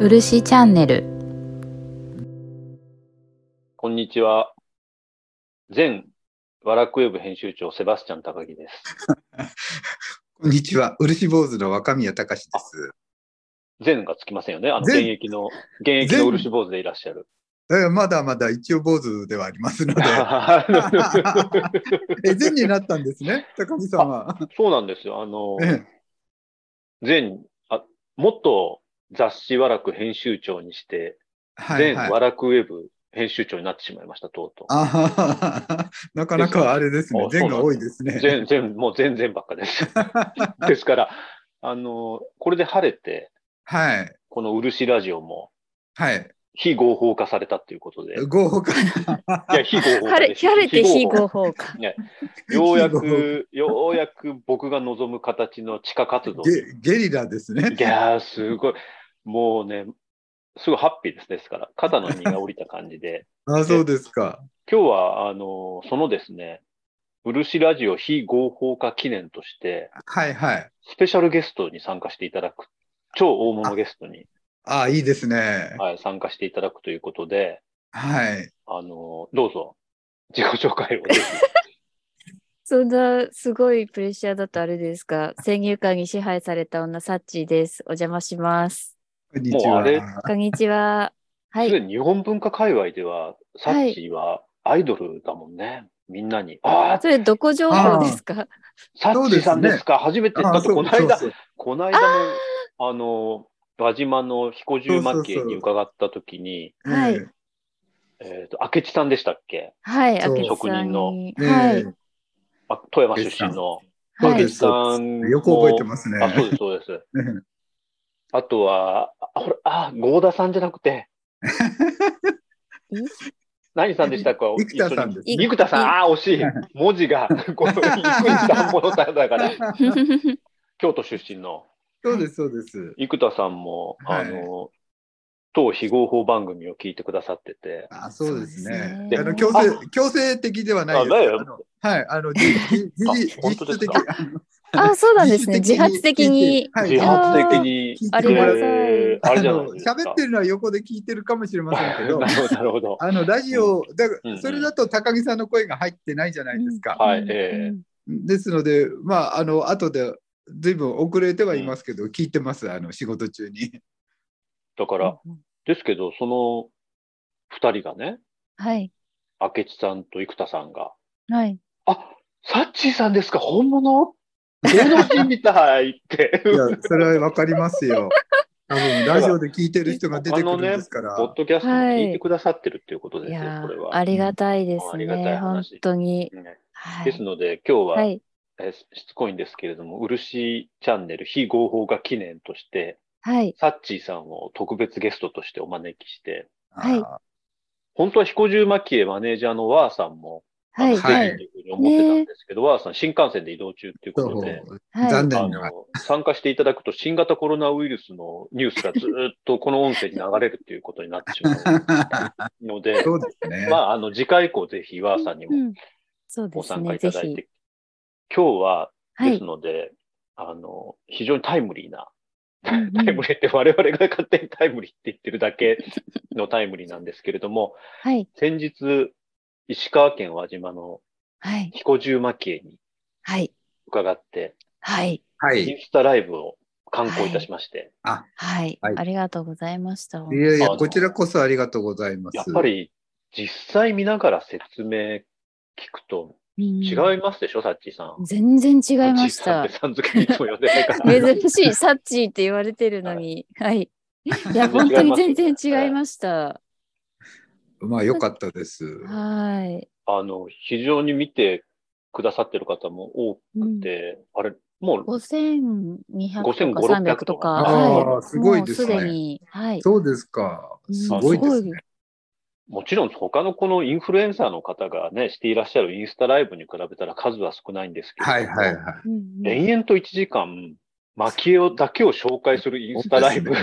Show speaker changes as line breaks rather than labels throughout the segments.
漆チャンネル
こんにちは。前、ワラクウェブ編集長、セバスチャン高木です。
こんにちは。漆坊主の若宮隆史です。
前がつきませんよね。あの、現
前
役の、現役の漆坊主でいらっしゃる。
えーまだまだ一応坊主ではありま すので。え、善になったんですね、 高木様。
そうなんですよ。あの、
え
前、あ、元雑誌ワラク編集長にして、
はい
前
はい。
ワラクウェブ編集長になってしまいました、とうとう。
あはは なかなかあれですね
あ。
善
そうなんだ
が多いですね。
全然、もう全然ばっかです。 ですから、あの、これで晴れて、
はい。
この漆ラジオも
はい。
非合法化されたっていうことで。い
合法か。
や、非合法化
晴れ
ですよ
晴れて非
法
合法か。
ようや
非合
く、ようやく僕が望む形の地下活動。い
ゲゲリラですね。
やー、すごい。もうね、すごいハッピーですですから、肩の荷が下りた感じで、
あ、そうですか。
今日は、あの、そのですね、漆ラジオ非合法化記念として、
はいはい。
スペシャルゲストに参加していただく、超大物ゲストに、
あ、いいですね。
はい、参加していただくということで、
はい。
あの、どうぞ、自己紹介をぜひ。
そんなすごいプレッシャーだとあれですか。先入観に支配された女サッチーです。お邪魔し ます。
こんにち
もうあ
は。
れ
こんにちは。は
すで
い。
に日本文化界隈では、サッチーはアイドルだもんね。みんなに。ああ、
それどこ情報ですか。
サッチーさんですか初めて。だ
あ
ってこの間、
そう
この間も、あの、輪島の彦十万景に伺った時に、
そう
はい
え
えっ、と、明智さんでしたっけ
はい。
そう
明智さんに。
え
は
え
い
え。
あ富山出身の。
そう
は
明
で
い
智
す。
さんも。
よく覚えてますね。
あ、そうです、そうです。あとは、あ、ほら、あ、合田さんじゃなくて、何さんでしたか
生田さんです
一緒に生田さん、ああー、惜しい。文字が、この、生田さんものだから、 京都出身の
そうです、そうです。
生田さんも、
はい
あの、当非合法番組を聞いてくださってて、
あそうです
そ
ね
うで。すね
あの強制強制的ではないです。
あだよ
あのはい、あのじじ
あ
じ
本
実
当で
質
す
的
か
あの
あ、そうなんですね。
実
自発的に。
はい
自発的に
聞い、て
ありがたい
えーあれじゃ
あ
な
の
いですか。
喋ってるのは横で聞いてるかもしれませんけど
な、るほど、なるほど。
あのラジオだか
うんうん
それだと高木さんの声が入ってないじゃないですか。
はい
うん
え
ですので、まああの後でずいぶん遅れてはいますけど、聞いてますあの仕事中 に。
だから、ですけど、その二人がね、
はい。
明智さんと生田さんが、
はい。
あ、サッチーさんですか本物芸能人みたい って。
いやそれはわかりますよ。多分ラジオで聞いてる人が出てくるんですから。
ポッドキャストも聞いてくださってるっていうこと
い
ですよ、
や
これ
ー、
は。
ありがたいです
うんありがたい
ね。本
話
当に。
ね
は
です
い。
ので、今日は、
はい。
えーししつこいんですけれども、漆チャンネル非合法化記念として、
はい。
サッチーさんを特別ゲストとしてお招きして、
はい
あ
本当は彦十巻絵マネージャーのワーさんも、あ
は
の
い。
出
は
演
い。
というふうに思ってたんですけど、ワーさん新幹線で移動中っていう
ー
ことで、
は
そう残
い。
あ
念な
の、参加していただくと新型コロナウイルスのニュースがずーっとこの音声に流れるっていうことになってしまう ので、
そうですね。
まあ、あの、次回以降ぜひワーさんに
う
も
んそう
ご
です
参加
ね。
い
ぜ
ただい
ひ。
て、今日は
は
で
い。
すので、あの、非常にタイムリーな、タ
んうん
イ ムリーって我々が勝手にタイムリーって言ってるだけのタイムリーなんですけれども、
はい。
先日、石川県輪島の
はい。
彦十巻絵に
はい。
伺って、
はい。
は
イン
い。
スタライブを観光いたしまして、
はい。
はい
ありがとうございました。
いや
あ
いや、
の
こちらこそありがとうございます。
やっぱり実際見ながら説明聞くと違
う
いますでしょ、サッチーさん
ん。。全然違いまし
サッ
た
チー。さんってさん付けにいつも呼んでない から。
珍しい、サッチーって言われてるのに。はい。 いや、本当に全然違いました。
まあ、よかったです。
はい。
あの、非常に見てくださってる方も多くて、あれ、もう、
5200と
5500
か300とか。
あ
はい
ああ、すごいです
もうすで
ね。
に。はい。
そうですか。
うん
すごいですね。
もちろん他のこのインフルエンサーの方がね、していらっしゃるインスタライブに比べたら数は少ないんですけど、
はいはいはい。
うんうん
延々と1時間、蒔絵をだけを紹介するインスタライブ。
そ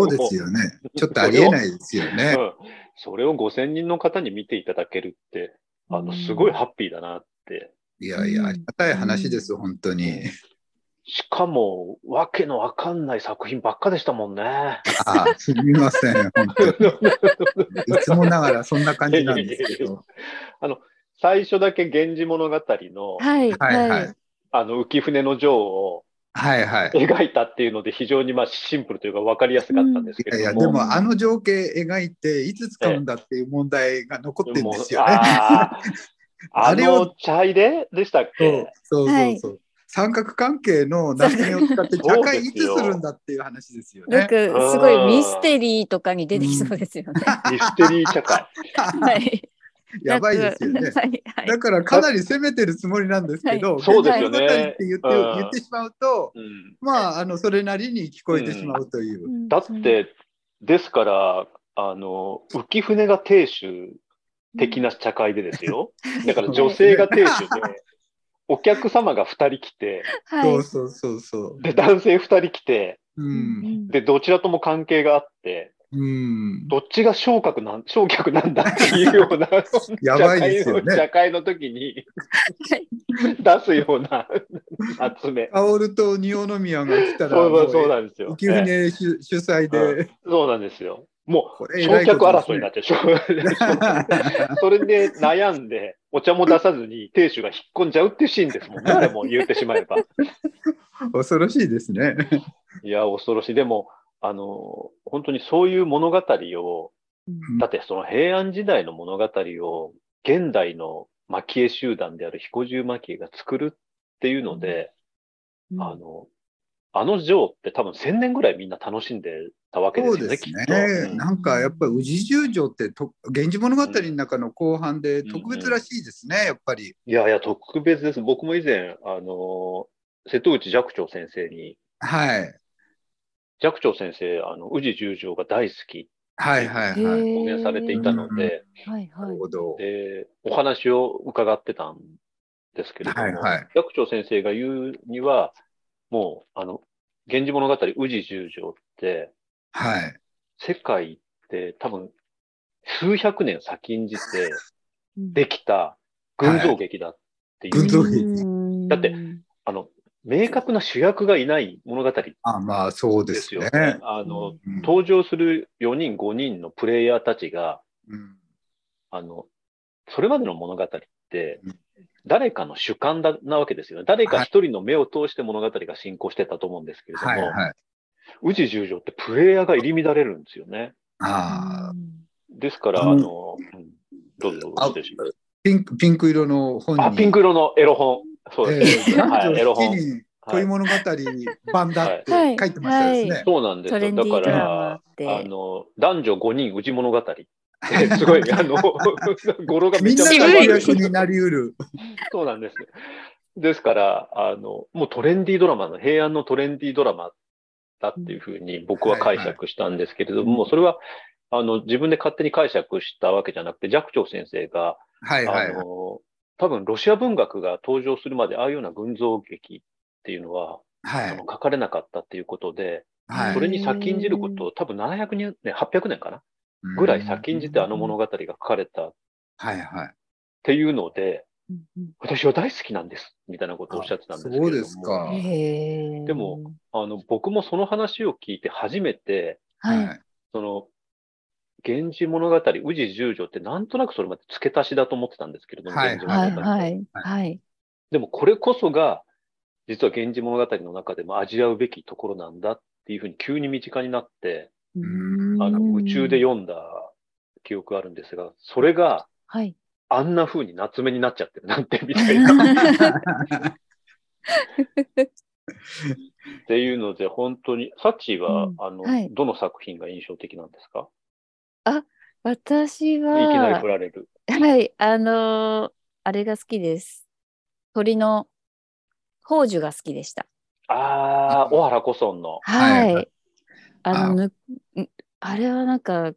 うですよね。ちょっとありえないですよね
う。んそれを5000人の方に見ていただけるって、あの、すごいハッピーだなって。
いやいや、ありがたい話です、本当に。
しかも、わけのわかんない作品ばっかでしたもんね。
ああ、すみません、本当に。いつもながらそんな感じなんです けど。
最初だけ源氏物語の、
はい、
はいは
はいい。。
あの、浮舟の女王を
はいはい。
描いたっていうので、非常にまあシンプルというか分かりやすかったんです
い
け
やい
れ
や、
ども。
でもあの情景描いて、いつ使うんだっていう問題が残ってるん ですよ
もう
ね。
あーあ
あれを
の茶入れでしたっけ
そう
は
そう
い
そう。三角関係の名前を使って
そう
社会いつするんだっていう話ですよ
なん
ね
か。すごいミステリーとかに出てきそうですよね。
ミステリー茶会。
はい。
やばいですよね。
はいはい
だからかなり攻めてるつもりなんですけど、
はい
そうですよね
現代物語って言って
うん
言ってしまうと、
うん
まあ、あのそれなりに聞こえてしまうという。
だって、ですから、あの、浮舟が亭主的な茶会でです よ。だから女性が亭主で、お客様が2人来て、
はい
そうそうそうそう。
で、男性2人来て、
う。
うんん
で、どちらとも関係があって、
うん。
どっちが昇格なん、昇客なんだっていうような、
やばいですよね
茶会の時に
はい
出すような集め。
薫と仁王宮が来たら、
そうそう
も
なんです
う
よ
浮。舟主主催で、
そうなんですよ。も
こ
う、
れ
焼
偉い
却
ことです
争い
ね
になっちゃう 焼却。それで悩んで、お茶も出さずに、亭主が引っ込んじゃうっていうシーンですもんね、 あれも言ってしまえば。
恐ろしいですね。
いや、恐ろしい。でも、あの、本当にそういう物語を、
うん
だってその平安時代の物語を、現代の蒔絵集団である彦十蒔絵が作るっていうので、あの、あの女王って多分1000年ぐらいみんな楽しんでたわけで
そう
すよ
で
ね、
す
きっ
ね
と。うん
なんかやっぱり宇治十条ってと「源氏物語」の中の後半で特別らしいですね、やっぱり。
いやいや、特別です。僕も以前、あのー瀬戸内寂聴先生に、
はい
寂聴先生、あの、宇治十条が大好きって
はいはいはい。な
講演されていたので、
はいは
る
い。
ほど。
で、お話を伺ってたんですけれども、
はいはい
寂聴先生が言うには、もう、あの、源氏物語宇治十条って、
はい。
世界って多分、数百年先んじてできた群像劇だっていう、
はい群像劇
うん
だってあの、明確な主役がいない物語
あまあそうで
ですすよ
ね
ね。。あの、
うん
登場する4人、5人のプレイヤーたちが、
うん
あの、それまでの物語って
うん、
誰かの主観だなわけですよね。誰か一人の目を通して物語が進行してたと思うんですけれども、
はいはい。
宇治十条ってプレイヤーが入り乱れるんですよね。
ああ
ですから、
うん
あの、うんどうぞどうぞ
あ
失礼します
ピンクピンク色の本に。
あ、ピンク色のエロ本。そう
え
です。
ー
はい、エロ
男女
本。
7人
は
恋
い、
物語版だって
はい
書いてましたですね。
そうなんです
トレ
よ。
ンデ
だ
ィード
か
ラ
ら
マ、っ
あ
て。
の、男女5人宇治物語って。すごい、あの、 語呂が め
みん
ちゃ
な
めち
が
ゃ
主
渋い
役になりうる。
そうなんです。ですから、あの、もうトレンディードラマの、平安のトレンディードラマだっていうふうに僕は解釈したんですけれども、それは、あの、自分で勝手に解釈したわけじゃなくて、寂聴先生が、
はいは
あ
いはい。
の、多分ロシア文学が登場するまで、ああいうような群像劇っていうのは、
は
あの
い。
書かれなかったっていうことで、
は
そ
い
れに先んじることを多分700年、ね、800年かなぐらい先んじてあの物語が書かれたっ
はいはい。
ていうので、
うんうん
私は大好きなんです、みたいなことをおっしゃってたんですけれど
そ
も。
うですか。
へえ
でも、あの、僕もその話を聞いて初めて、
はい。
はい
その、源氏物語、宇治十条ってなんとなくそれまで付け足しだと思ってたんですけれども、
はい
源氏
は
物
い
語って
はいはい。
でもこれこそが、実は源氏物語の中でも味わうべきところなんだっていうふうに急に身近になって、
ん
あの、夢中で
よ。
読んだ記憶があるんですが、それが
はい。
あんな風に夏目になっちゃってるなんて、みたいな。っていうので、本当に、サッチーは、
うん
あの、
はい
どの作品が印象的なんですか
私
いきなり
は
振、られる。
はい、あのーあれが好きです。鳥の宝珠が好きでした。
ああ、
うん
小原古村の。
は。
はい
あのぬんあれはなんか、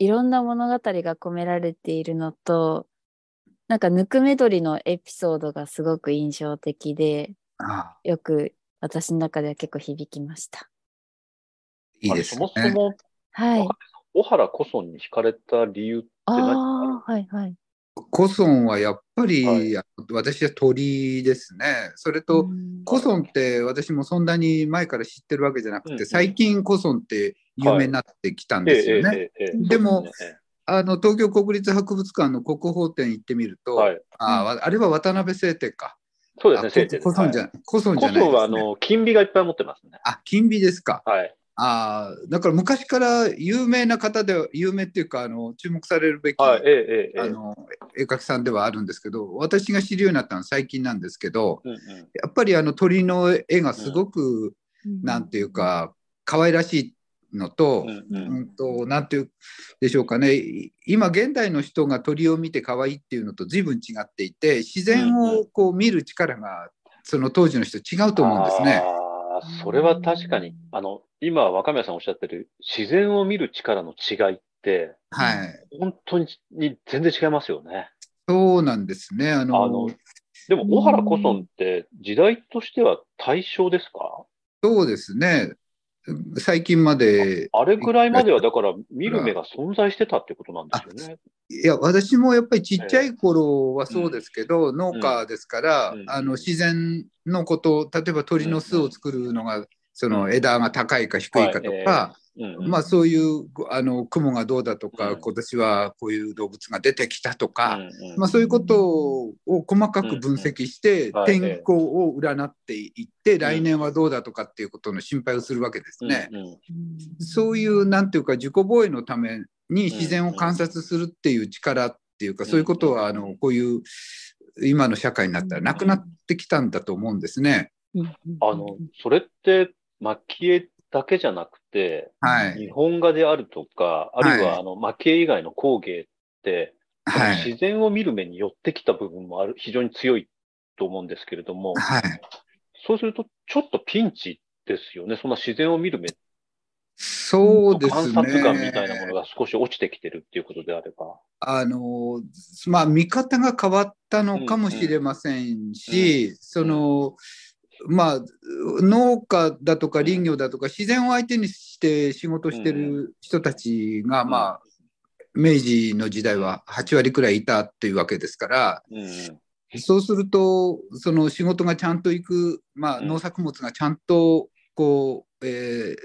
いろんな物語が込められているのと、なんかぬくめ鳥のエピソードがすごく印象的で、
あ
よく私の中では結構響きました。
いいです
あ
ね
れ。そもそも、
はい。
小原古村に惹かれた理由って何かある
ああー、はいはい。
コソンはやっぱり、
はい
や私は鳥ですね。それと、
うん
コソンって私もそんなに前から知ってるわけじゃなくて、
うんうん
最近コソンって有名になってきたん
え
ですよね。
えええええ
でも
そうすね
あの東京国立博物館の国宝展行ってみると、
はい。
あわあれは渡辺製展か。
そう
あ
ですね、聖地
コソンじ
は
ゃコソン
い
じ
コ
ゃない
ソンは、
で
あ
す、ね。
の、金美がいっぱい持ってますね。
あ、金美ですか。
はい。
あーだから昔から有名な方で有名っていうかあの注目されるべき、
はい、ええええええ
あの絵描きさんではあるんですけど私が知るようになったのは最近なんですけど
うんうん
やっぱりあの鳥の絵がすごく、なんていう、か可愛らしいの
う
と、
んうん
うんと、なんていうんでしょうかね、い今現代の人が鳥を見て可愛いっていうのと随分違っていて、自然をこう見る力がその当時の人違うと思うんですね。
あーそれは確かに、あの、今、若宮さんおっしゃってる、自然を見る力の違いって、
はい、
本当にに全然違いますよね。
そうなんですね。あの
あのでも、小原古村って、時代としては対象ですか
そうですね。最近まで、
あれぐらいまでは、だから、見る目が存在してたってことなんですよね。
いや、私もやっぱりちっちゃい頃はそうですけど、農家ですから、
うん
あの自然のこと、例えば鳥の巣を作るのが、その枝が高いか低いかとか、
はいええうんうん
まあ、そういうごあの雲がどうだとか、
うん
今年はこういう動物が出てきたと
う
か、
んうん
まあ、そういうことを細かく分析し
うん
て、
うんはい
天候を占っていって、来年はどうだとかっていうことの心配をするわけですね。
うんうん
そういうなんていうか自己防衛のために自然を観察するっていう力っていうか、
うん
そういうことはあのこういう今の社会になったらなくなってきたんだと思うんですね。
あの、それって、蒔絵だけじゃなくて、
はい、
日本画であるとか、あるい
は
はいあの蒔絵以外の工芸って、
はい、
自然を見る目に寄ってきた部分もある非常に強いと思うんですけれども、
はい、
そうするとちょっとピンチですよね。そんな自然を見る目
そうで
と
す
観
ね。
察眼みたいなものが少し落ちてきてるっていうことであれば。
あのまあ、見方が変わったのかもしれませんし、そのまあ、農家だとか林業だとか自然を相手にして仕事してる人たちが、
ん
まあ、明治の時代は8割くらいいたっていうわけですから
うんうん
そうするとその仕事がちゃんといく、まあ、
うん
農作物がちゃんとこう、えー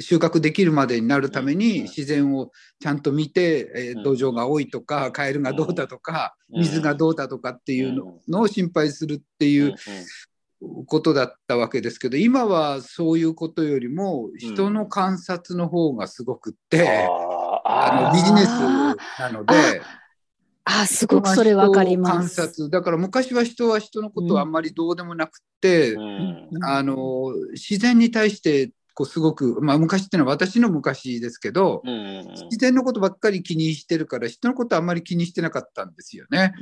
収穫できるまでになるために
うん
自然をちゃんと見て、えー
うん
土壌が多いとかカエルがどうだとか
うん
水がどうだとかっていう
うん
ののを心配するっていううことだったわけですけど今はそういうことよりも人の観察の方がすごくって、あのビジネスなので。
あ、すごくそれわかりま
人は人を
す。
観察だから昔は人は人のことをあんまりどうでもなくて、あの自然に対してこうすごく、まあ、昔っていうのは私の昔ですけど、自然のことばっかり気にしてるから人のことあんまり気にしてなかったんですよね。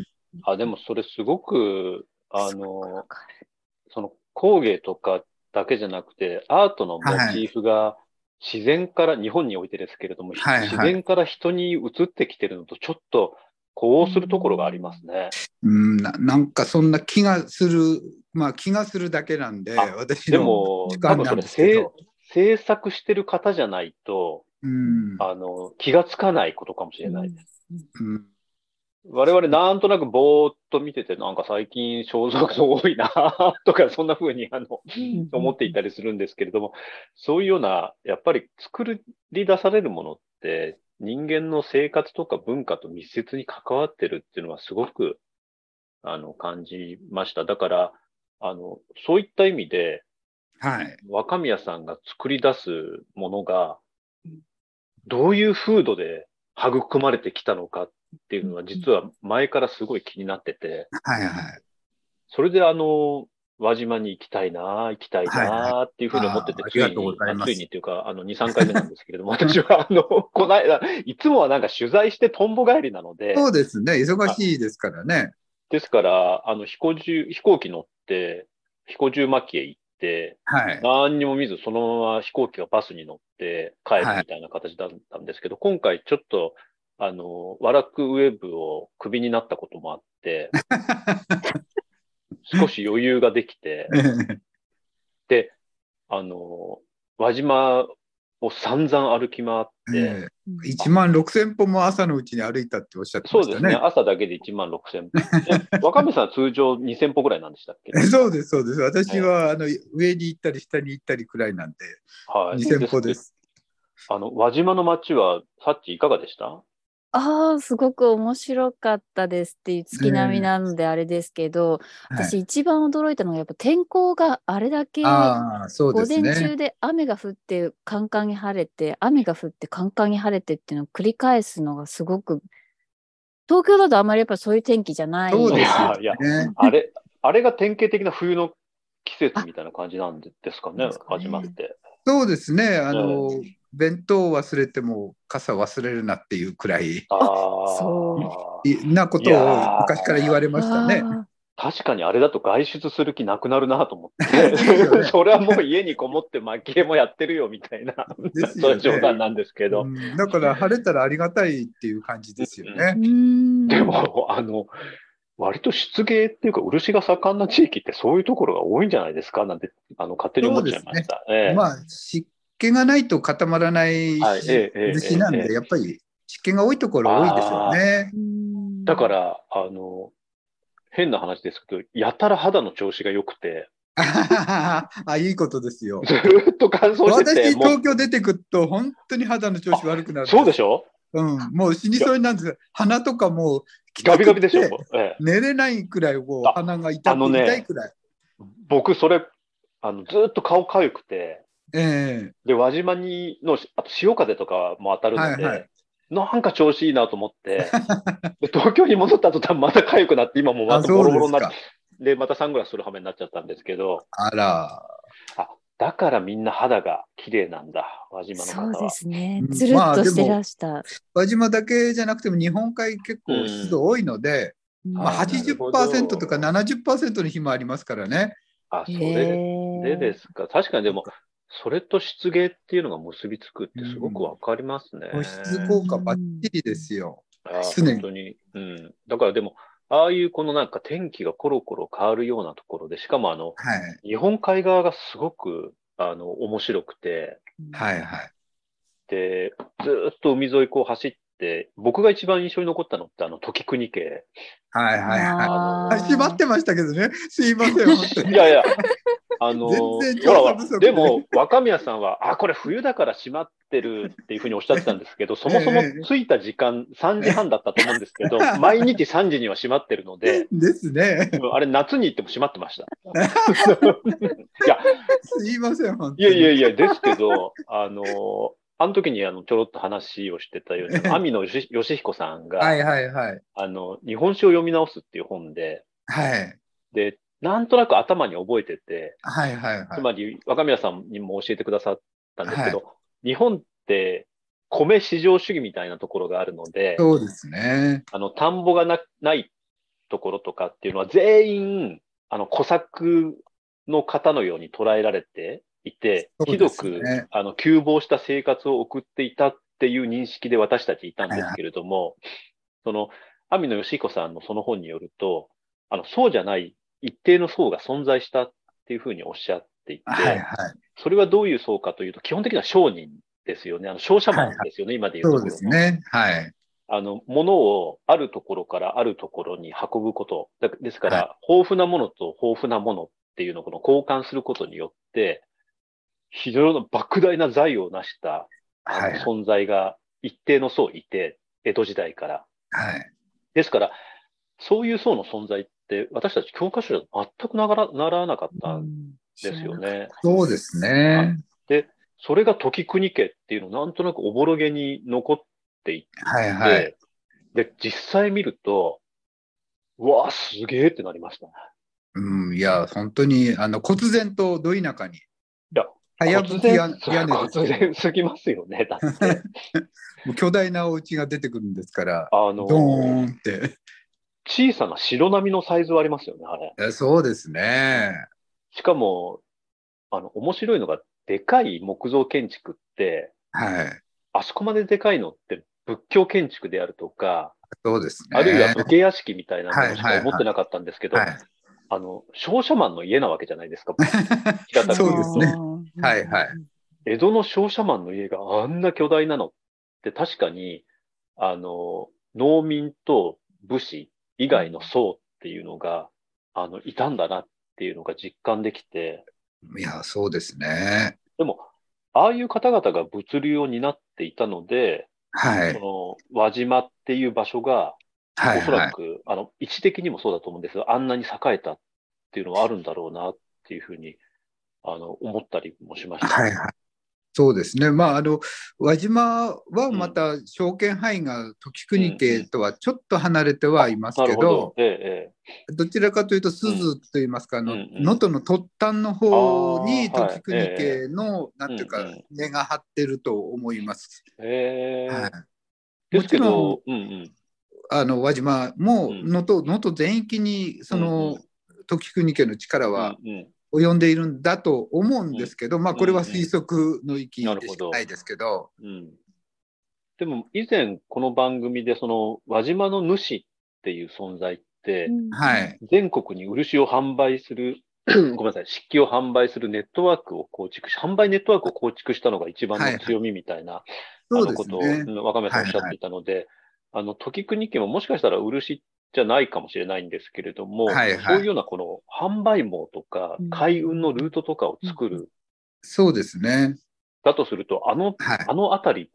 あでもそれすごく、あの
わ、かる
その工芸とかだけじゃなくて、アートのモチーフが自然から、日本においてですけれども、
はいはい
自然から人に移ってきてるのと、ちょっと呼応するところがありますね。
うん、ななんかそんな気がする、まあ、気がするだけなんで
あ
私
で
の
も
時、
多
間
分
な
そ
ん
れ
ですけ
制
ど。、
制作してる方じゃないと、
うん
あの、気がつかないことかもしれないです。
うん
我々なんとなくぼーっと見てて、なんか最近肖像画が多いなとか、そんな風にあの、思っていたりするんですけれども、そういうような、やっぱり作り出されるものって、人間の生活とか文化と密接に関わってるっていうのはすごく、あの、感じました。だから、あの、そういった意味で、
はい、
若宮さんが作り出すものが、どういう風土で育まれてきたのかっていうのは、実は前からすごい気になってて、
はいはい
それであの、輪島に行きたいなあ、行きたい
はい
なあっていうふうに思ってて
あー、あ
つ
り
い
が
に、
とうございます
ついにっていうか、あの、2、3回目なんですけれども、 私はあの、こないだ、いつもはなんか取材してとんぼ帰りなので、
そうですね忙しいですからね。
ですから、あの、飛行中、飛行機乗って、飛行中巻へ行って、
はい、
何にも見ず、そのまま飛行機がバスに乗って帰るみたいな形だったんですけど、今回ちょっと、あの、ワラクウェブをクビになったこともあって、 少し余裕ができて、あの、輪島もう散々歩き回って、
1万6000歩も朝のうちに歩いたっておっしゃってま
そう
し
で
た
すね、
ね。
朝だけで1万6000歩、ね。 若宮さんは通常2000歩ぐらいなんでしたっけ
そうです、そうです。私はあの上に行ったり下に行ったりくらいなんで、
はい、
2000歩です。
あの、輪島の街は、さっちいかがでした
ああ、すごく面白かったですっていう月並みなのであれですけど、
はい
私一番驚いたのがやっぱ天候があれだけ
ああ、そう
午
です
前
ね。
中で雨が降ってカンカンに晴れて雨が降ってカンカンに晴れてっていうのを繰り返すのがすごく東京だとあまりやっぱそういう天気じゃない
そうです
いや
よ
いや、
ね、
あれ、あれが典型的な冬の季節みたいな感じなんですかね
あ、
始まって。
そうですね。あの、弁当を忘れても傘忘れるなっていうくらい
ああ、
そ
いなこと
い
を
やー
昔から言われましたね。
わあ
確かにあれだと外出する気なくなるなと思っ
よね
て、それはもう家にこもって蒔絵もやってるよみたいな、
です
そ
よ
れ冗談
ね。
なんですけど、
うんだから晴れたらありがたいっていう感じですよね
う。ん
でも、あの、割と漆芸っていうか、漆が盛んな地域ってそういうところが多いんじゃないですかなんて、あの、勝手に思っちゃいました。ええ
まあ湿気がないと固まらないし
はいええええ
漆なん
ええ
でやっぱり湿気が多いところ多いですよね。
うん
だから、あの、変な話ですけど、やたら肌の調子が良くて、
あいいことですよ。
ずーっと乾燥してて、
私
も
東京出てくると本当に肌の調子悪くな
う、
る。
そうでしょ
ょ。うん、もう死にそうになるんです。鼻とかもうきつくて
ガビガビでしょ、ええ、
寝れないくらいもう
あ
鼻が痛
あの
く
ね
痛いくらい。
僕、それ、あの、ずーっと顔かゆくて、
え
で、輪島にの、あと潮風とかも当たるので、
はいはい
なんか調子いいなと思って、 で東京に戻った途端また痒くなって、今もう
え
ま
あ
た
そ
ボロボロ
うで
に
す
なって
か。
で、またサングラスする羽目になっちゃったんですけど、
あら。
だからみんな肌が綺麗なんだ、輪島の方
そう
は。
ですね
うん
つるっ
まあ
として
でも
らした、
輪島だけじゃなくても日本海結構湿度多いので、
ん
まあ、
はいなるほど
80%とか70%の日もありますからね。
あ、それで
へ
で
え
ですか。確かにでも、それと漆芸っていうのが結びつくってすごくわかりますね。
保湿効果ばっちりですよ。
あ
常に
本当に。うん。だからでも、ああいうこのなんか天気がコロコロ変わるようなところで、しかもあの、
はい
日本海側がすごく、あの、面白くて、
はいはい。
で、ずーっと海沿いこう走って、僕が一番印象に残ったのって、あの、時国家。
はいはいはい。
あ
ー
あ縛ってましたけどね。すいません、本当
い
に。
やいや、あの、ほ
全然
ら
調査
ほ
不
ら
足で
でも、若宮さんは、あ、これ冬だから閉まってるっていうふうにおっしゃってたんですけど、そもそも
ええ
着いた時間3時半だったと思うんですけ ど、毎日3時には閉まってるので、
ですね。
うんあれ夏に行っても閉まってま した。いや、
すいません、本
い
当
や
に。
いやいや、ですけど、あの、あの時にあのちょろっと話をしてたように、網野義義彦さんが、
はいはいはい。
あの、日本史を読み直すっていう本で、
はい。
で、なんとなく頭に覚えてて、
はいはいはい。
つまり若宮さんにも教えてくださったんですけど、日本って米市場主義みたいなところがあるので、
そうですね。
あの田んぼがなないところとかっていうのは全員あの小作の方のように捉えられていて、
そう
ひ
で
ど
すね
くあの窮乏した生活を送っていたっていう認識で私たちいたんですけれども、その網野義彦さんのその本によると、あのそうじゃない一定の層が存在したっていうふうにおっしゃっていて、
はいはい。
それはどういう層かというと、基本的には商人ですよね。あの商社マンですよね、今で言う
そ
ところ
うで
の。
すね。はい。
あの、物をあるところからあるところに運ぶこと。だですから、豊富なものと豊富なものっていうのをこの交換することによって、非常な莫大な財を成したあの
はい。
存在が一定の層いて、江戸時代から。
はい。
ですから、そういう層の存在って私たち教科書では全くながらならなかったんですよね。
そうですね。
それが時国家っていうのなんとなくおぼろげに残っていて
はいはい。
で、実際見ると、うわあ、すげえってなりましたね。
うん、いや、本当に、あの、忽然とど田舎に。い
や、
はやぶき屋屋根です
突
けど
然すぎますよね。だ って、
もう巨大なお家が出てくるんですから、
あ
ド
の、
ーンって。
小さな白波のサイズはありますよね、あれ。
えそうですね。
しかも、あの、面白いのが、でかい木造建築って、
はい。
あそこまででかいのって仏教建築であるとか、
そうですね。
あるいは武家屋敷みたいなものし
はいはい
か
はい
思ってなかったんですけど、
はい。
あの、商社マンの家なわけじゃないですか。平たく言
そうですね
ね
はいはい
江戸の商社マンの家があんな巨大なのって確かに、あの、農民と武士以外の層っていうのが、あの、いたんだなっていうのが実感できて。
いや、そうですね。
でも、ああいう方々が物流を担っていたので、
はい。
その、輪島っていう場所が、
はい、はい、
おそらく、あの、位置的にもそうだと思うんですが、あんなに栄えたっていうのはあるんだろうなっていうふうに、あの、思ったりもしました。
はいはい。そうですね。まあ、あの、輪島はまた証券範囲が時国家とはちょっと離れてはいますけど、
どえ
え、どちらかというと、鈴といいますか、能、う、登、ん、の突端の方に時国家の、はい、なんていうか、根が張ってると思います。、
ええ、はい
もちろ
ん、うんうん
あの輪島も能登、能登全域にその、時国家の力は及んでいるんだと思うんですけど、まあこれは推測の域でしかないですけど。
うん、でも以前この番組でその輪島の主っていう存在って、
はい、
全国に漆を販売す るごめんなさい、漆器を販売するネットワークを構築し、販売ネットワークを構築したのが一番の強みみたいな、はいはい、あのことを、ね、若宮さんおっしゃっていたので、はいはいあの、時国家ももしかしたら漆じゃないかもしれないんですけれども、
はい
そ
はい、
ういうようなこの販売網とか、海運のルートとかを作る、うんうん。
そうですね。
だとすると、あの、
はい、
あの辺り、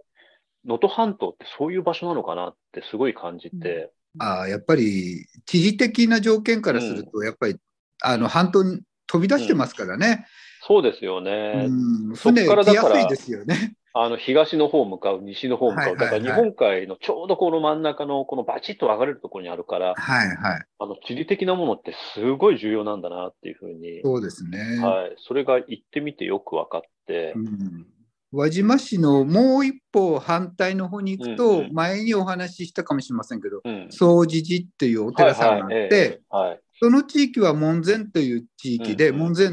能登半島ってそういう場所なのかなってすごい感じて。
うん、あやっぱり地理的な条件からすると、やっぱり、あの半島に飛び出してますからね。
そうですよね。
船来やすいですよね。
あの、東の方向かう、西の方向かう。だから日本海のちょうどこの真ん中のこのバチッと分かれるところにあるから、
はいはい。
あの、地理的なものってすごい重要なんだなっていうふうに。
そうですね。、
はい。それが行ってみてよく分かって。うん
輪島市のもう一歩反対の方に行くと、うんうん、前にお話ししたかもしれませんけど、総持寺っていうお寺さんがあって、
はい、はい、
その地域は門前という地域で、うんうん、門前っ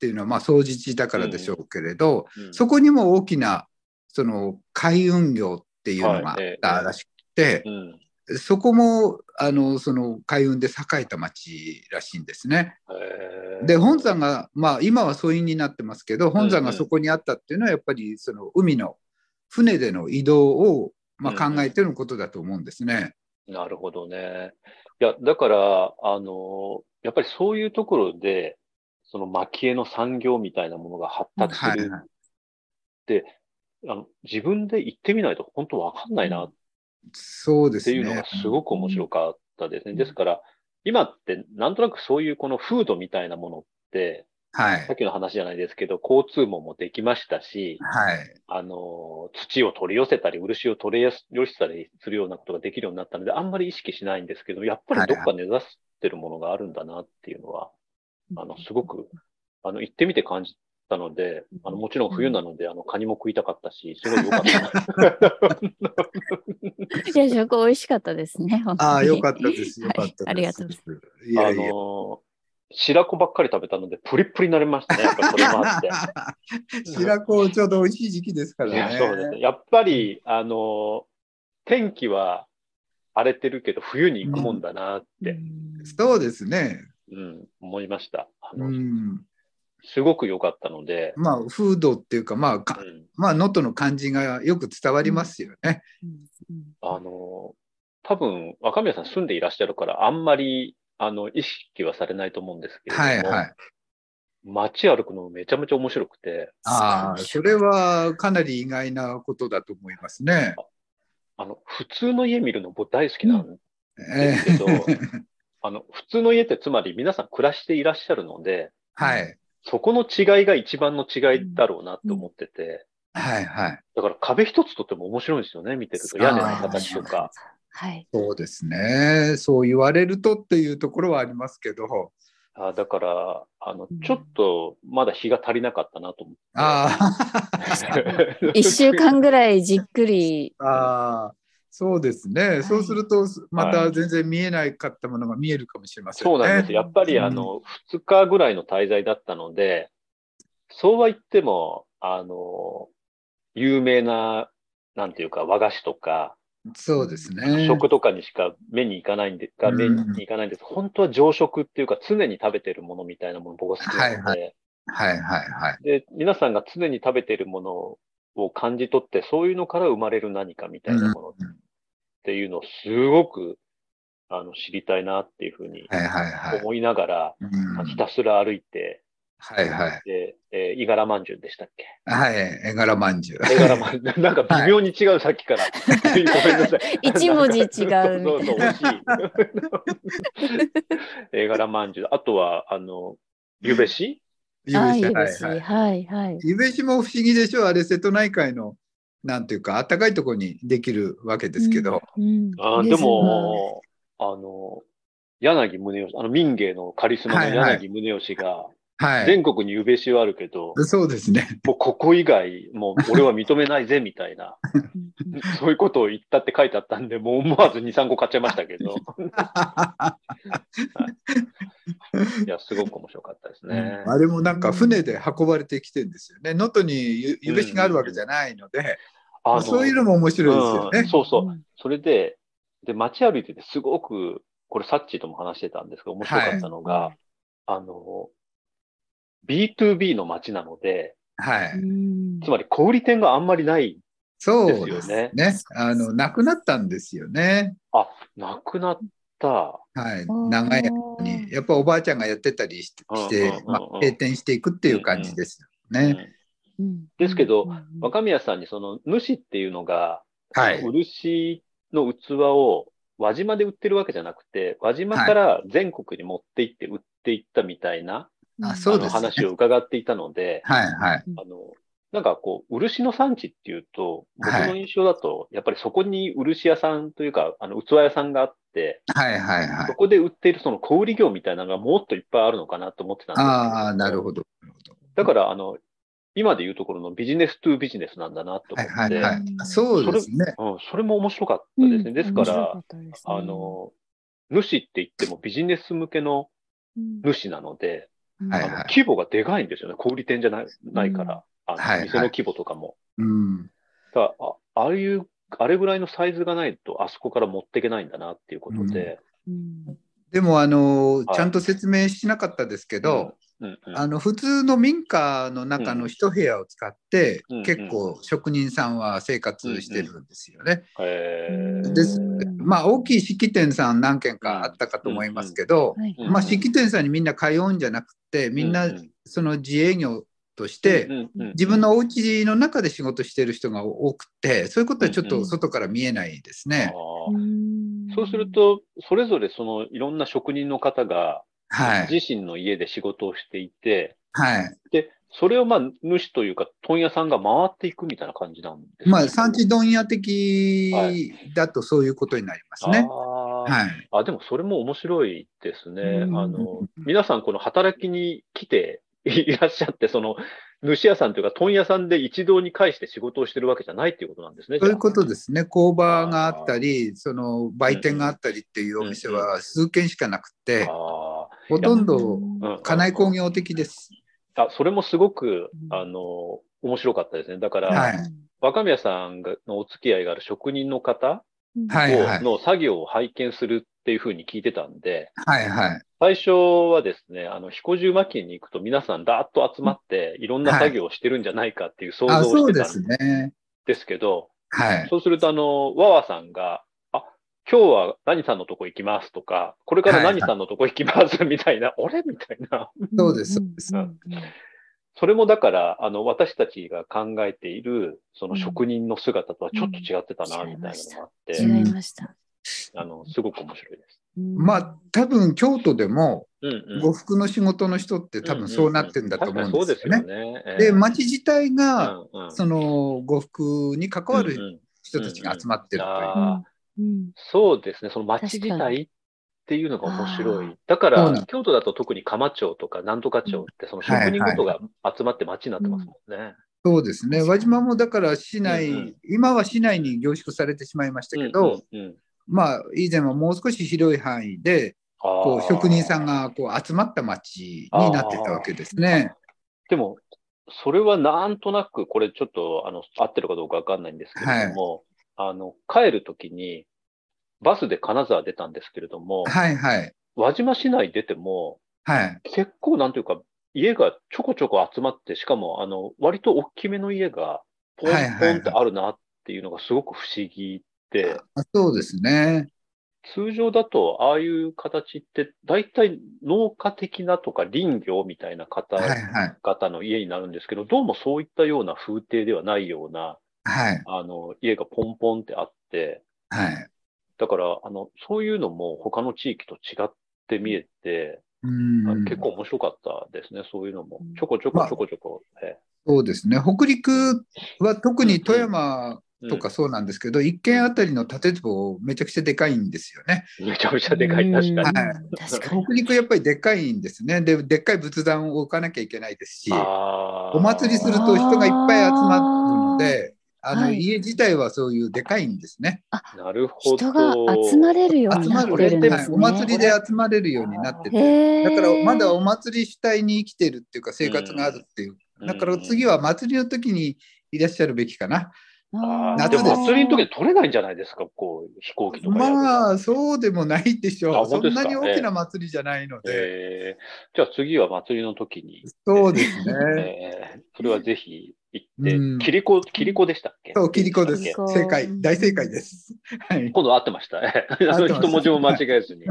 ていうのはまあ総持寺だからでしょうけれど、うんうん、そこにも大きなその海運業っていうのがあったらしくて、はいねうん、そこもあのその海運で栄えた町らしいんですね。で本山が、まあ、今は疎遠になってますけど本山がそこにあったっていうのはやっぱりその海の船での移動を、まあ、考えてのことだと思うんですね。
うんうん、なるほどね。いやだからあのやっぱりそういうところでその蒔絵の産業みたいなものが発達する。はいであの自分で行ってみないと本当わかんないなっていうのがすごく面白かったですね。です,ねですから、今ってなんとなくそういうこの風土みたいなものって、
はい、
さっきの話じゃないですけど、交通網もできましたし、
はい、
あの土を取り寄せたり、漆を取り寄せたりするようなことができるようになったので、あんまり意識しないんですけど、やっぱりどっか根ざしてるものがあるんだなっていうのは、はい、あのすごくあの行ってみて感じたので、あのもちろん冬なので、あのカニも食いたかったし、すごい良か った。
夜食美味しかったですね。
ああ、良かったです。良かった
ありがとうございます。い
やいやあの白子ばっかり食べたので、プリプリになりましたね、やっぱそれも あって。
白子、ちょうど美味しい時期ですからね。
そうですね。やっぱり、あの、天気は荒れてるけど、冬に行くもんだなって。
うん、そうですね。
うん、思いました。
あのうん
すごく良かったので。
まあ、風土っていうか、まあ、か、うん、まあ、能登の感じがよく伝わりますよね。
あの、多分、若宮さん住んでいらっしゃるから、あんまり、あの、意識はされないと思うんですけれども。
はいはい。
街歩くのめちゃめちゃ面白くて。
ああ、それはかなり意外なことだと思いますね。
あの、普通の家見るの僕大好きなんですけど、うんえー、 あの、普通の家ってつまり皆さん暮らしていらっしゃるので、
はい。
そこの違いが一番の違いだろうなと思ってて。
うん、はいはい。
だから壁一つとっても面白いんですよね、見てると。屋根の形とか。
はい。
そうですね。そう言われるとっていうところはありますけど。
あだから、あの、ちょっとまだ日が足りなかったなと思って。うん、
あ
あ。一週間ぐらいじっくり。
ああ。そうですね、はい、そうすると、また全然見えなかったものが見えるかもしれませんね。
そうなんです。やっぱり、あの、うん、2日ぐらいの滞在だったので、そうは言っても、あの、有名な、なんていうか、和菓子とか、
そうですね。
食とかにしか目に行かないんで、が目に行かないんです、うん、本当は常食っていうか、常に食べてるものみたいなもの、僕は好きなので、はいはい、
はいはいはい。
で、皆さんが常に食べてるものを感じ取って、そういうのから生まれる何かみたいなものっていうのをすごくあの知りたいなっていうふうに思いながら、はいはいはい、ひたすら歩いて、
はいはい。
で、えー、いがらまんじゅうでしたっ け
はい、えがらまんじゅう。
えがらまんじゅう。 なんか微妙に違う、はい、さっきから。ごめんなさい。
一文字違う。
そうそう、惜しい。えがらまんじゅう。あとは、あの、ゆべし
ゆべし、はいはい。はい
ゆべしも不思議でしょあれ、瀬戸内海の、なんていうか、あったかいところにできるわけですけど。
うんうん、
あでも、あの、柳宗悦、あの民芸のカリスマの柳宗悦が、はいはい
はい、
全国にゆべしはあるけど、
そうですね。
もうここ以外、もう俺は認めないぜみたいな、 そういうことを言ったって書いてあったんで、もう思わず2、3個買っちゃいましたけど。はい、いや、すごく面白かったですね。
うん、 あれもなんか船で運ばれてきてるんですよね。能登にゆべしがあるわけじゃないので、うん、そういうのも面白いですよね。
うん、そうそう。それで、で、街歩いててすごく、これサッチーとも話してたんですけど、面白かったのが、はい、あの、B2B の街なので、
はい、
つまり小売店があんまりないですよね。そう
ですねあのなくなったんですよね。、
あなくなった。はい
長いにやっぱおばあちゃんがやってたりして、まあ、閉店していくっていう感じですよね。
うんうん、ですけど、若宮さんにその主っていうのが、
はい、
漆の器を輪島で売ってるわけじゃなくて、輪島から全国に持って行って売っていったみたいな、はい
あそうです、ね、
話を伺っていたので、
はいはい、
あのなんかこう、漆の産地っていうと、僕の印象だと、やっぱりそこに漆屋さんというか、あの器屋さんがあって、
はいはいはい、
そこで売っているその小売業みたいなのがもっといっぱいあるのかなと思ってたんです
ああ、なるほど。
だから、あの、今でいうところのビジネストゥビジネスなんだなと思って、はいはいはい、
そうですね
それ、うん。それも面白かったですね。うん、ですから、ね、あの、主って言ってもビジネス向けの主なので、うんはいはい、規模がでかいんですよね、小売店じゃないないから、うん、あの、はいはい、店の規模とかも。
うん、
だあああいう、あれぐらいのサイズがないと、あそこから持っていけないんだなっていうことで。
うん、
でもあの、はい、ちゃんと説明しなかったですけど、うんうん、あの普通の民家の中の一部屋を使って、結構職人さんは生活してるんですよね。です。まあ大きい式典さん何件かあったかと思いますけど、まあ、式典さんにみんな通うんじゃなくてみんなその自営業として自分のお家の中で仕事してる人が多くてそういうことはちょっと外から見えないですね。
そうするとそれぞれそのいろんな職人の方が
はい、
自身の家で仕事をしていて、
はい、
でそれを、まあ、主というか、問屋さんが回っていくみたいな感じなんです
ね。まあ、産地問屋的だとそういうことになりますね。、
はいああでも、それも面白いですね。あの皆さん、この働きに来ていらっしゃって、その主屋さんというか、問屋さんで一堂に会して仕事をしてるわけじゃないということなんですね。
そういうことですね。工場があったり、その売店があったりっていうお店は数軒しかなくて、ほとんど家内工業的です。
あそれもすごく、あの、面白かったですね。だから、はい、若宮さんのお付き合いがある職人の方
はいはい、
の作業を拝見するっていうふうに聞いてたんで、
はいはい、
最初はですね、あの彦十巻きに行くと皆さんだーっと集まって、いろんな作業をしてるんじゃないかっていう想像をしてたんですけど、
はい、
そうすると、あの、わわさんが、あ、今日は何さんのとこ行きますとか、これから何さんのとこ行きます みたいな、俺、はい、みたいな。
そうです、そうです。
それもだから、あの、私たちが考えている、その職人の姿とはちょっと違ってたな、みたいなのがあって。
違いました。
あの、すごく面白いです。
まあ、多分京都でも、
うんうん、
呉服の仕事の人って多分そうなってんだと思うんですよね。
うんうん、
で、町自体が、うんうん、その、呉服に関わる人たちが集まってるという。
うんうんうん、
そうですね、その町自体っていうのが面白い。だから、京都だと特に釜町とかなんとか町って、その職人ごとが集まって町になってますもんね。はいはい、
そうですね。輪島もだから市内、うんうん、今は市内に凝縮されてしまいましたけど、
うんうんうん、
まあ、以前はもう少し広い範囲で、こう職人さんがこう集まった町になってたわけですね。
でも、それはなんとなく、これちょっとあの合ってるかどうかわかんないんですけれども、はい、あの帰るときに、バスで金沢出たんですけれども、
はいはい。
輪島市内出ても、
はい。
結構なんというか、家がちょこちょこ集まって、しかも、あの、割と大きめの家が、ポン
はいはい
ポ
はい
ンってあるなっていうのがすごく不思議で、
あそうですね。
通常だと、ああいう形って、大体農家的なとか林業みたいな方
はいはい。
々の家になるんですけど、どうもそういったような風景ではないような、
はい。
あの、家がポンポンってあって、
はい。
だから、あの、そういうのも他の地域と違って見えて、
うん
あ結構面白かったですね、そういうのも
うん。
ちょこちょ
ま
こ
あ
ちょこちょこ。え
そうですね。北陸は特に富山
えうん
とかそうなんですけど、一軒あたりの建物めちゃくちゃでかいんですよね。
めちゃめちゃでかい、確かに。
はい
うん確か
北
に。
陸やっぱりでっかいんですね。で、でっかい仏壇を置かなきゃいけないですし、
あー
お祭りすると人がいっぱい集まるので、あの
はい
家自体はそういうでかいんですね。
なるほど。
人が集まれるよう
集
に
ま
なっ
る、
てるんで
はい
すね。
お祭りで集まれるようになってて、
へー
だからまだお祭り主体に生きてるっていうか、生活があるっていう。だから次は祭りの時にいらっしゃるべきかな。
あー
夏
で
です
も祭りの時は取れないんじゃないですか、こう、飛行機とかやると。
まあそうでもないでしょ
あ
う。そ
本当
ん
です
な
か
に大きな祭りじゃないので。
えーじゃあ次は祭りの時に、
そ うですね。
えーそれはぜひ行
うん
って、キリコ、キリコでしたっけ
そう、キリコです。
キリコ
正解、大正解です。はい。
今度は合ってました。あ
合っ
の
てました
一文字も間違えず に。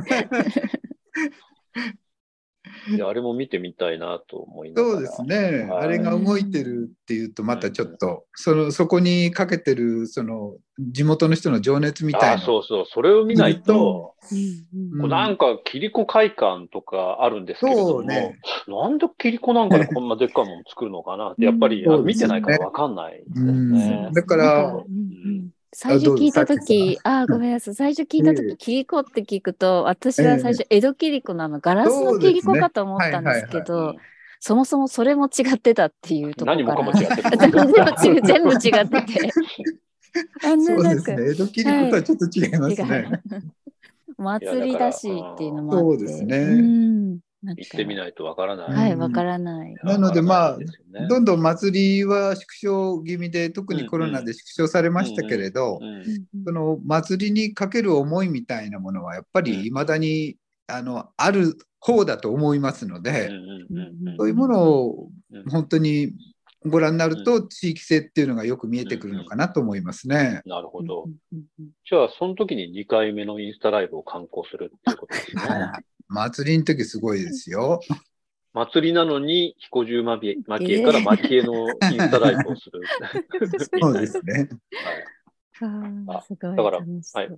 いやあれも見てみたいなと思いながら。
そうですね。
はい
あれが動いてるっていうと、またちょっと、その、そこにかけてる、その、地元の人の情熱みた
あ
い
あ、
な。
そうそう。それを見ないと、
うん
う
うん
こうなんか、キリコ会館とかあるんですけれど
そ
も、
うね。
なんでキリコなんかでこんなでっかいもの作るのかなって、やっぱり
うん
あの見てないからわかんないです
うん
ね。
だか
な
ら
んうんうん最初聞いた時ああーごめんなさい最初聞いた時キリコって聞くと私は最初江戸キリコなのガラスのキリコかと思ったんですけ
うん
どそもそもそれも違ってたっていうとこ
何
ろか
もかも
ら
違ってる。
全部違う全部違っててあんな
そう
な
で
ん
す
か
ね。江戸切りとはちょっと違います
違
ね。
う祭りだしっていうのもあって
そうですね
うんなんか
行ってみないとわからない。
は
う
い
ん
わからない
なのでまあ
わからないですよね
どんどん祭りは縮小気味で、特にコロナで縮小されましたけれど、
うん
その祭りにかける思いみたいなものはやっぱり未だに、あのある方だと思いますので、
うんうんうん
そういうものを
うん
本当にご覧になると地域性っていうのがよく見えてくるのかなと思いますね。
なるほ
う
ど。
んうんうん
じゃあ、その時に2回目のインスタライブを観光するっていうことですね。
はい祭りの時すごいですよ。
祭りなのに、彦十巻絵から巻絵のインスタライブをする。
そうですね。
はい
あー
あ
すごい
だから
楽しそう
はい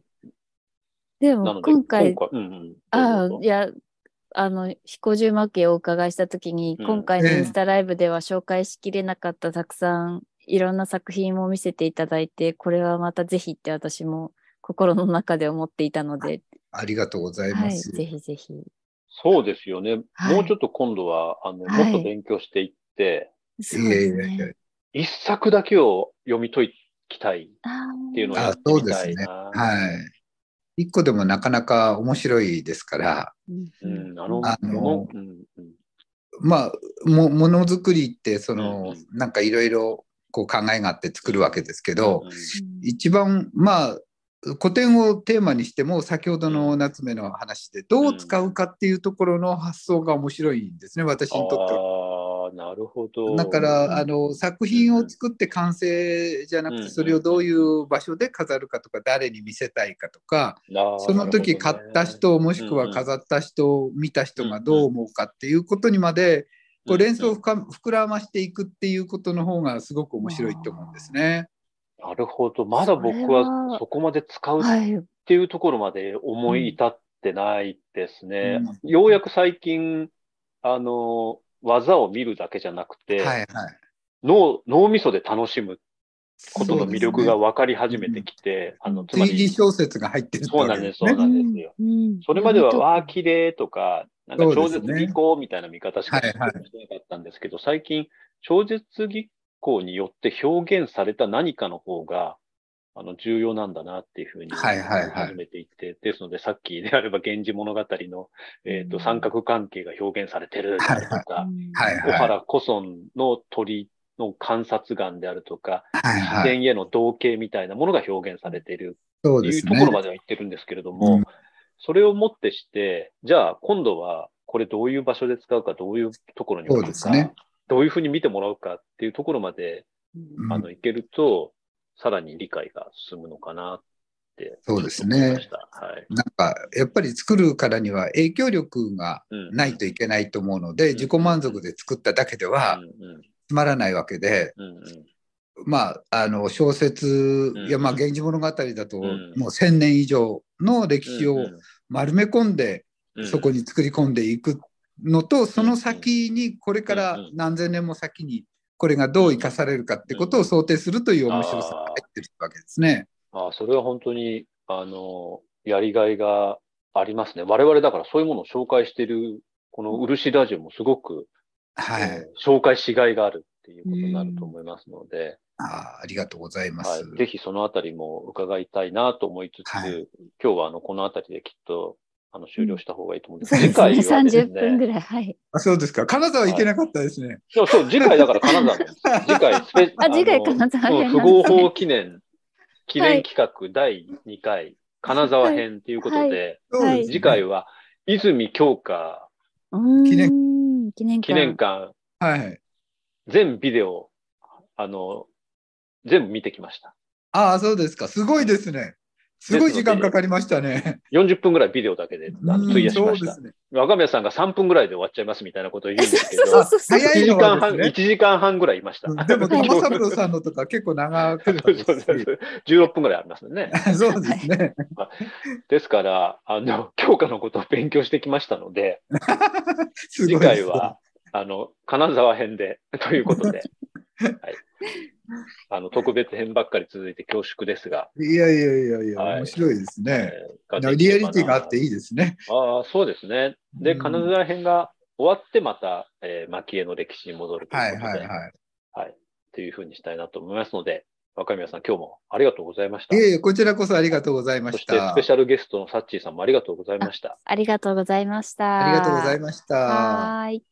で
な
も
ので
今回
今回うんうん
ああ
どうぞどう
い
ぞ
やあの彦十負けをお伺いした時に、
うん
今回のインスタライブでは紹介しきれなかったたくさんいろんな作品も見せていただいてこれはまたぜひって私も心の中で思っていたので、
ありがとうござい
は
ま
い、
す。
ぜひぜひ
そうですよね。
はい
もうちょっと今度は、あの、
はい
もっと勉強していって、
そうですね
いえいえいえ
一作だけを読み解きたいっ
あー
ていうのをや
あ
って
そう
み
で
た
す
い
ね。
な。
はい。一個でもなかなか面白いですから、
うん
う
うん
ん、あの、
あ
こ
の
のうんうん
まあ、もものづくりってそ
うん
の、
う
なんかいろいろこう考えがあって作るわけですけど、
う
一番まあ古典をテーマにしても先ほどの夏目の話でどう使うかっていうところの発想が面白いんですね私にとっては。
ん、ああ、なるほど。
だからあの作品を作って完成じゃなく
う
て
ん
それをどういう場所で飾るかとか誰に見せたいかとか
あー
その時
な
買
るほどね
った人もしくは飾った人見た人がどう思うかっていうことにまでこう連想を深膨らましていくっていうことの方がすごく面白いと思うんですね。
なるほど。まだ僕はそこまで使うっ
はい
ていうところまで思い至ってないですね。
う
ようやく最近、あの、技を見るだけじゃなくて、
はいはい。
脳脳みそで楽しむことの魅力が
そう
分かり始めてきて、あの、
うん
つま
ですね推理
り、
小説が入ってるって
そう
わ
な
け
んです、
ね
そうなんですよ。
うん
それまでは、
読み
わあ、綺麗とか、なんか超絶技巧みたいな見方しか
そ
し
うで
て
すね
な
はい
かったんですけど、最近、超絶技巧によって表現された何かの方が、あの、重要なんだなっていうふうに
はいはいはい
始めていって、ですので、さっきであれば、源氏物語の、えっ
う
と、
ん
三角関係が表現されてるだとか、
解
はい
小
はい。
原古村の鳥の観察眼であるとか、
はい
自
はい。
然への同型みたいなものが表現されている
そ
っ
う
て
で
いう
す
ところ
ね。
までは言ってるんですけれども、それをもってして、じゃあ今度はこれどういう場所で使うか、どういうところに置くか、
そうですね
どういうふうに見てもらうかっていうところまで、
うん
あの、いけると、さらに理解が進むのかなって。
そうです
思い
ね
ました。はい。
なんかやっぱり作るからには影響力が
うん
ないといけないと思うので、自己満足で作っただけでは
うんうん
つまらないわけで、
うんうん
まあ、あの小説、
うん
いやまあ「源氏物語」だと、
うん
もう1,000年以上の歴史
う
を
ん
丸め込んで、
うん
そこに作り込んでいくのとその先にこれから
うん
何千年も先にこれがどう生かされるかってことを想定するという面白さが入ってるわけですね。
あそれは本当に、あの、やりがいがありますね。我々だからそういうものを紹介している、この漆ラジオもすごく、
は
え
い、
ー紹介しがいがあるっていうことになると思いますので、
あーありがとうございま
は
す。
い、ぜひそのあたりも伺いたいなと思いつつ、
はい
今日はあの、このあたりできっと、あの、終了した方がいいと思うんです
そうで
けど、
すね。
次回はです
30分
ね、
ぐらい。はい。
あそうですか金沢行けなかったですね。
そうそう、次回だから金沢なんです。次回スペ、
あ、次回
の
金沢
そう
編
不
なんで
合
すね
法記念、記念企画第2回、金沢編ということで、
はい
そうですね
次回は、泉京花
うーん
記
記念館。
記念館、
はい。
全ビデオ、あの、全部見てきました。
ああ、そうですか。すごいですね。すごい時間かかりまし たね。
40分ぐらいビデオだけであの
うん
費やしま
そう
し
で
た
す。ね。
若宮さんが3分ぐらいで終わっちゃいますみたいなことを言うんですけど、
そうそう
1
そうそう。
早い
時
の
間
は
半、
で
1時間半ぐらいいました
す。ね。でも、玉三郎さんのとか結構長く
そうそうそう16分ぐらいありますよね。
そうですね。
ですから、あの、教科のことを勉強してきましたので、
す
次
ごいで
回
す
は、あの、金沢編で、という ことで、はい。あの、特別編ばっかり続いて恐縮ですが、
いやいやいやい
はい
や、面白いですね。
えー
リアリティがあっていいですね。
ああ、そうですね。で、
うん
金沢編が終わって、また、えー、蒔絵の歴史に戻ると
はいい
こ
う
と
は
で、
いは
というふうにしたいなと思いますので、若宮さん、今日もありがとうございまし
い。
た。
いえいえ、こちらこそありがとうございま
そし、
してた。
ス
あ
ペ
り
シャルゲストのサッチーさんもありがとうございました。
ありがとうございました。
がとうござい
まし
ました。
はーい。